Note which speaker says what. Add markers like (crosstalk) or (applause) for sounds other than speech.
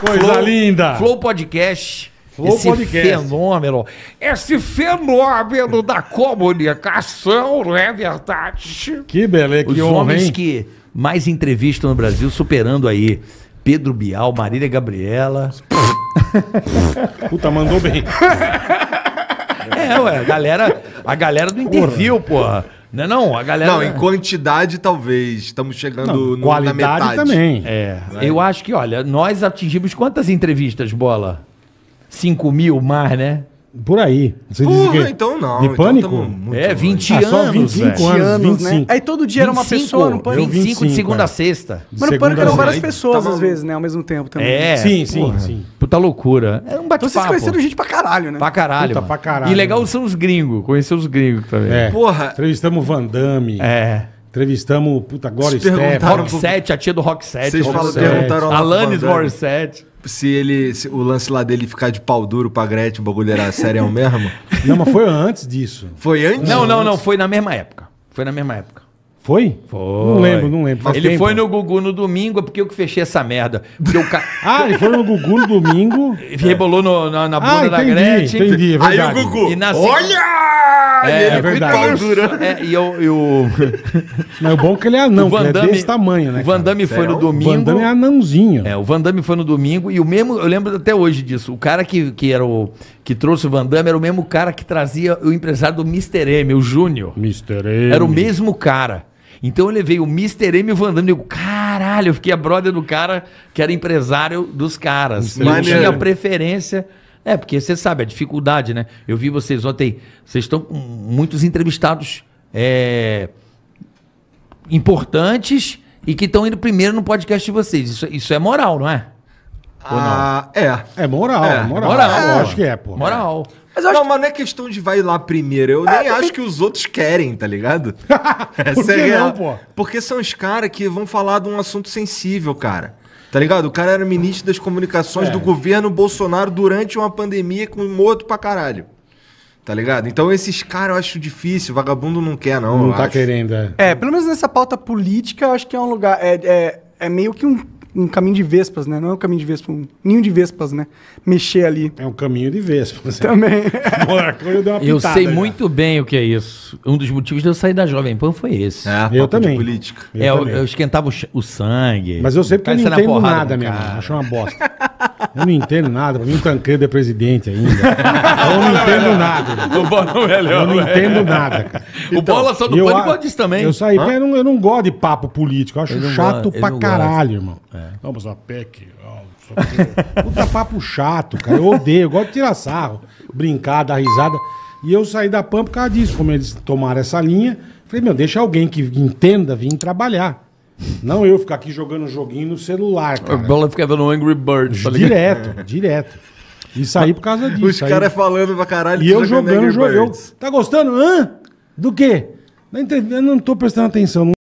Speaker 1: Coisa
Speaker 2: Flow-
Speaker 1: linda.
Speaker 2: Flow Podcast.
Speaker 1: Flow
Speaker 2: esse
Speaker 1: Podcast.
Speaker 2: fenômeno. Esse fenômeno da comunicação, não é verdade?
Speaker 1: Que beleza,
Speaker 2: Os
Speaker 1: que honra,
Speaker 2: homens
Speaker 1: hein?
Speaker 2: que mais entrevistam no Brasil, superando aí Pedro Bial, Marília Gabriela.
Speaker 1: (laughs) Puta, mandou bem.
Speaker 2: É, ué, a galera, a galera do interview, porra. Não é não? A galera...
Speaker 3: Não, em quantidade talvez. Estamos chegando no- na
Speaker 1: né? Qualidade
Speaker 3: metade.
Speaker 1: também.
Speaker 2: É,
Speaker 1: Né?
Speaker 2: eu acho que, olha, nós atingimos quantas entrevistas, Bola? 5 mil mais, né?
Speaker 1: É, Por aí. Você diz o
Speaker 3: Porra,
Speaker 1: quê?
Speaker 3: então não.
Speaker 1: De
Speaker 3: então
Speaker 1: pânico?
Speaker 3: tamo muito
Speaker 2: é,
Speaker 3: longe.
Speaker 2: 20
Speaker 1: Ah,
Speaker 2: anos,
Speaker 1: só 25
Speaker 2: velho.
Speaker 1: anos.
Speaker 4: anos, né?
Speaker 1: 25.
Speaker 4: Aí todo dia era uma
Speaker 2: 25,
Speaker 4: pessoa no
Speaker 2: eu
Speaker 4: pânico.
Speaker 2: 25 de
Speaker 1: 25,
Speaker 2: segunda
Speaker 1: é.
Speaker 2: a sexta.
Speaker 4: Mas no pânico eram
Speaker 1: Segunda
Speaker 4: várias
Speaker 1: vez.
Speaker 4: pessoas,
Speaker 3: Tava-
Speaker 4: às vezes, né? Ao mesmo tempo também.
Speaker 2: É.
Speaker 1: Sim, sim, sim.
Speaker 2: Puta loucura. É um
Speaker 4: Então
Speaker 2: bate-papo.
Speaker 4: vocês conheceram gente pra caralho, né?
Speaker 2: Pra caralho,
Speaker 1: Puta,
Speaker 2: mano.
Speaker 1: pra caralho,
Speaker 2: E legal
Speaker 1: mano.
Speaker 2: são os gringos. Conhecer os gringos também.
Speaker 1: É.
Speaker 3: Porra.
Speaker 1: Entrevistamos o Van Damme.
Speaker 2: É.
Speaker 1: Entrevistamos, puta, agora
Speaker 3: Se perguntaram-
Speaker 1: Stefan.
Speaker 2: Rock 7, a tia do Rock 7.
Speaker 3: Vocês
Speaker 2: Rock
Speaker 3: falam,
Speaker 1: Sete.
Speaker 2: 7.
Speaker 3: perguntaram lá pro
Speaker 2: Alanis
Speaker 3: Van Damme
Speaker 2: Morissette.
Speaker 3: se ele. se o lance lá dele ficar de pau duro pra Gretchen, o bagulho era
Speaker 1: (laughs)
Speaker 3: sério mesmo.
Speaker 1: Não, mas foi antes disso.
Speaker 3: Foi antes?
Speaker 1: é
Speaker 2: Não, não, não. Foi na mesma época. Foi na mesma época.
Speaker 1: Foi? Foi. Não lembro, não lembro. Faz
Speaker 2: Ele
Speaker 1: tempo.
Speaker 2: foi no Gugu no domingo, é porque eu que fechei essa merda. Porque o cara
Speaker 1: (laughs) Ah, ele foi no Gugu no
Speaker 2: (laughs)
Speaker 1: domingo.
Speaker 2: rebolou no- na, na bunda
Speaker 1: ah,
Speaker 2: da
Speaker 1: entendi,
Speaker 2: Gretchen.
Speaker 1: entendi, é
Speaker 3: Aí o
Speaker 1: verdade.
Speaker 3: Gugu.
Speaker 2: E na segunda-
Speaker 3: Olha!
Speaker 2: É,
Speaker 3: E
Speaker 2: é
Speaker 3: com
Speaker 1: verdade.
Speaker 3: pau duro.
Speaker 2: É, e eu,
Speaker 1: (laughs)
Speaker 2: eu,
Speaker 1: Mas o bom é que ele é anão,
Speaker 2: o Van
Speaker 1: ele é
Speaker 2: Damme,
Speaker 1: desse tamanho, né?
Speaker 2: o Van
Speaker 1: cara?
Speaker 2: Damme foi
Speaker 3: Sério?
Speaker 2: no
Speaker 3: O
Speaker 2: domingo.
Speaker 1: Van Damme é anãozinho.
Speaker 2: É, o Van Damme foi no domingo e o mesmo, eu lembro até hoje disso. O cara que, que era o que trouxe o Van Damme era o mesmo cara que trazia o empresário do Mr. M, o Júnior.
Speaker 1: Mr. M.
Speaker 2: Era o mesmo cara. Então eu levei o Mr. M e o Van Damme. Eu digo, caralho, eu fiquei a brother do cara que era empresário dos caras. E eu
Speaker 3: Maneiro.
Speaker 2: tinha preferência. É, porque você sabe a dificuldade, né? Eu vi vocês ontem. Vocês estão com muitos entrevistados é, importantes e que estão indo primeiro no podcast de vocês. Isso, isso é moral, não é?
Speaker 3: Ah, é.
Speaker 1: É moral,
Speaker 3: É,
Speaker 1: moral.
Speaker 2: moral.
Speaker 1: Eu acho que é, pô.
Speaker 2: Moral.
Speaker 4: Mas eu acho
Speaker 3: não, mas não é questão de vai lá primeiro. Eu nem acho que os outros querem, tá ligado?
Speaker 1: (laughs) Por que
Speaker 3: é
Speaker 1: não,
Speaker 3: real.
Speaker 1: pô?
Speaker 3: Porque são os caras que vão falar de um assunto sensível, cara. Tá ligado? O cara era ministro das comunicações
Speaker 1: É.
Speaker 3: do governo Bolsonaro durante uma pandemia com um morto pra caralho. Tá ligado? Então esses caras eu acho difícil. Vagabundo não quer, não.
Speaker 1: Não
Speaker 3: eu
Speaker 1: tá
Speaker 3: acho.
Speaker 1: querendo, é.
Speaker 4: É, pelo menos nessa pauta política, eu acho que é um lugar. É, é, é meio que um, um caminho de vespas, né? Não é um caminho de vespas, um ninho de vespas, né? Mexer ali.
Speaker 1: É um caminho de vespa. Você-
Speaker 4: Também.
Speaker 1: Moleque, eu dei (laughs) uma
Speaker 2: Eu
Speaker 1: pitada né?
Speaker 2: sei
Speaker 1: já.
Speaker 2: muito bem o que é isso. Um dos motivos de eu sair da Jovem Pan foi esse.
Speaker 3: É,
Speaker 1: Eu
Speaker 3: papo
Speaker 1: também.
Speaker 3: De política.
Speaker 1: Eu
Speaker 2: é, eu,
Speaker 1: também.
Speaker 2: eu esquentava o, ch- o sangue.
Speaker 1: Mas eu sei porque eu
Speaker 2: Cara,
Speaker 1: não
Speaker 2: saia na
Speaker 1: entendo
Speaker 2: porrada
Speaker 1: nada,
Speaker 2: com o
Speaker 1: minha
Speaker 2: cara.
Speaker 1: mano. Acho uma bosta. Eu não entendo nada. Pra mim, o Tancredo é presidente ainda. (laughs) Eu não entendo nada. irmão.
Speaker 2: O Bola melhor. (laughs)
Speaker 1: Eu não entendo nada, cara.
Speaker 2: O Bola só do
Speaker 1: E eu
Speaker 2: pânico
Speaker 1: a-
Speaker 2: gosta disso também.
Speaker 1: Eu saí, porque eu não, eu não gosto de papo político. Eu acho
Speaker 2: Eu não
Speaker 1: chato
Speaker 2: gosto, eu
Speaker 1: pra
Speaker 2: não É.
Speaker 1: caralho, irmão. Vamos a PEC. ó, (laughs) só que- Puta papo chato, cara. Eu odeio. Eu gosto de tirar sarro, brincar, dar risada. E eu saí da PAM por causa disso. Como eles tomaram essa linha, falei, meu, deixa alguém que entenda vir trabalhar. Não eu ficar aqui jogando joguinho no celular,
Speaker 2: O
Speaker 1: cara.
Speaker 2: Bola ficava no Angry Birds, tá ligado?
Speaker 1: Direto, direto. E saí por causa disso.
Speaker 3: Os
Speaker 1: saí-
Speaker 3: caras falando pra caralho. é
Speaker 1: e
Speaker 3: tu
Speaker 1: eu jogando,
Speaker 3: Angry
Speaker 1: jogando.
Speaker 3: Birds.
Speaker 1: Tá gostando? Hã? Do quê? Não entendi, Eu não tô prestando atenção. Não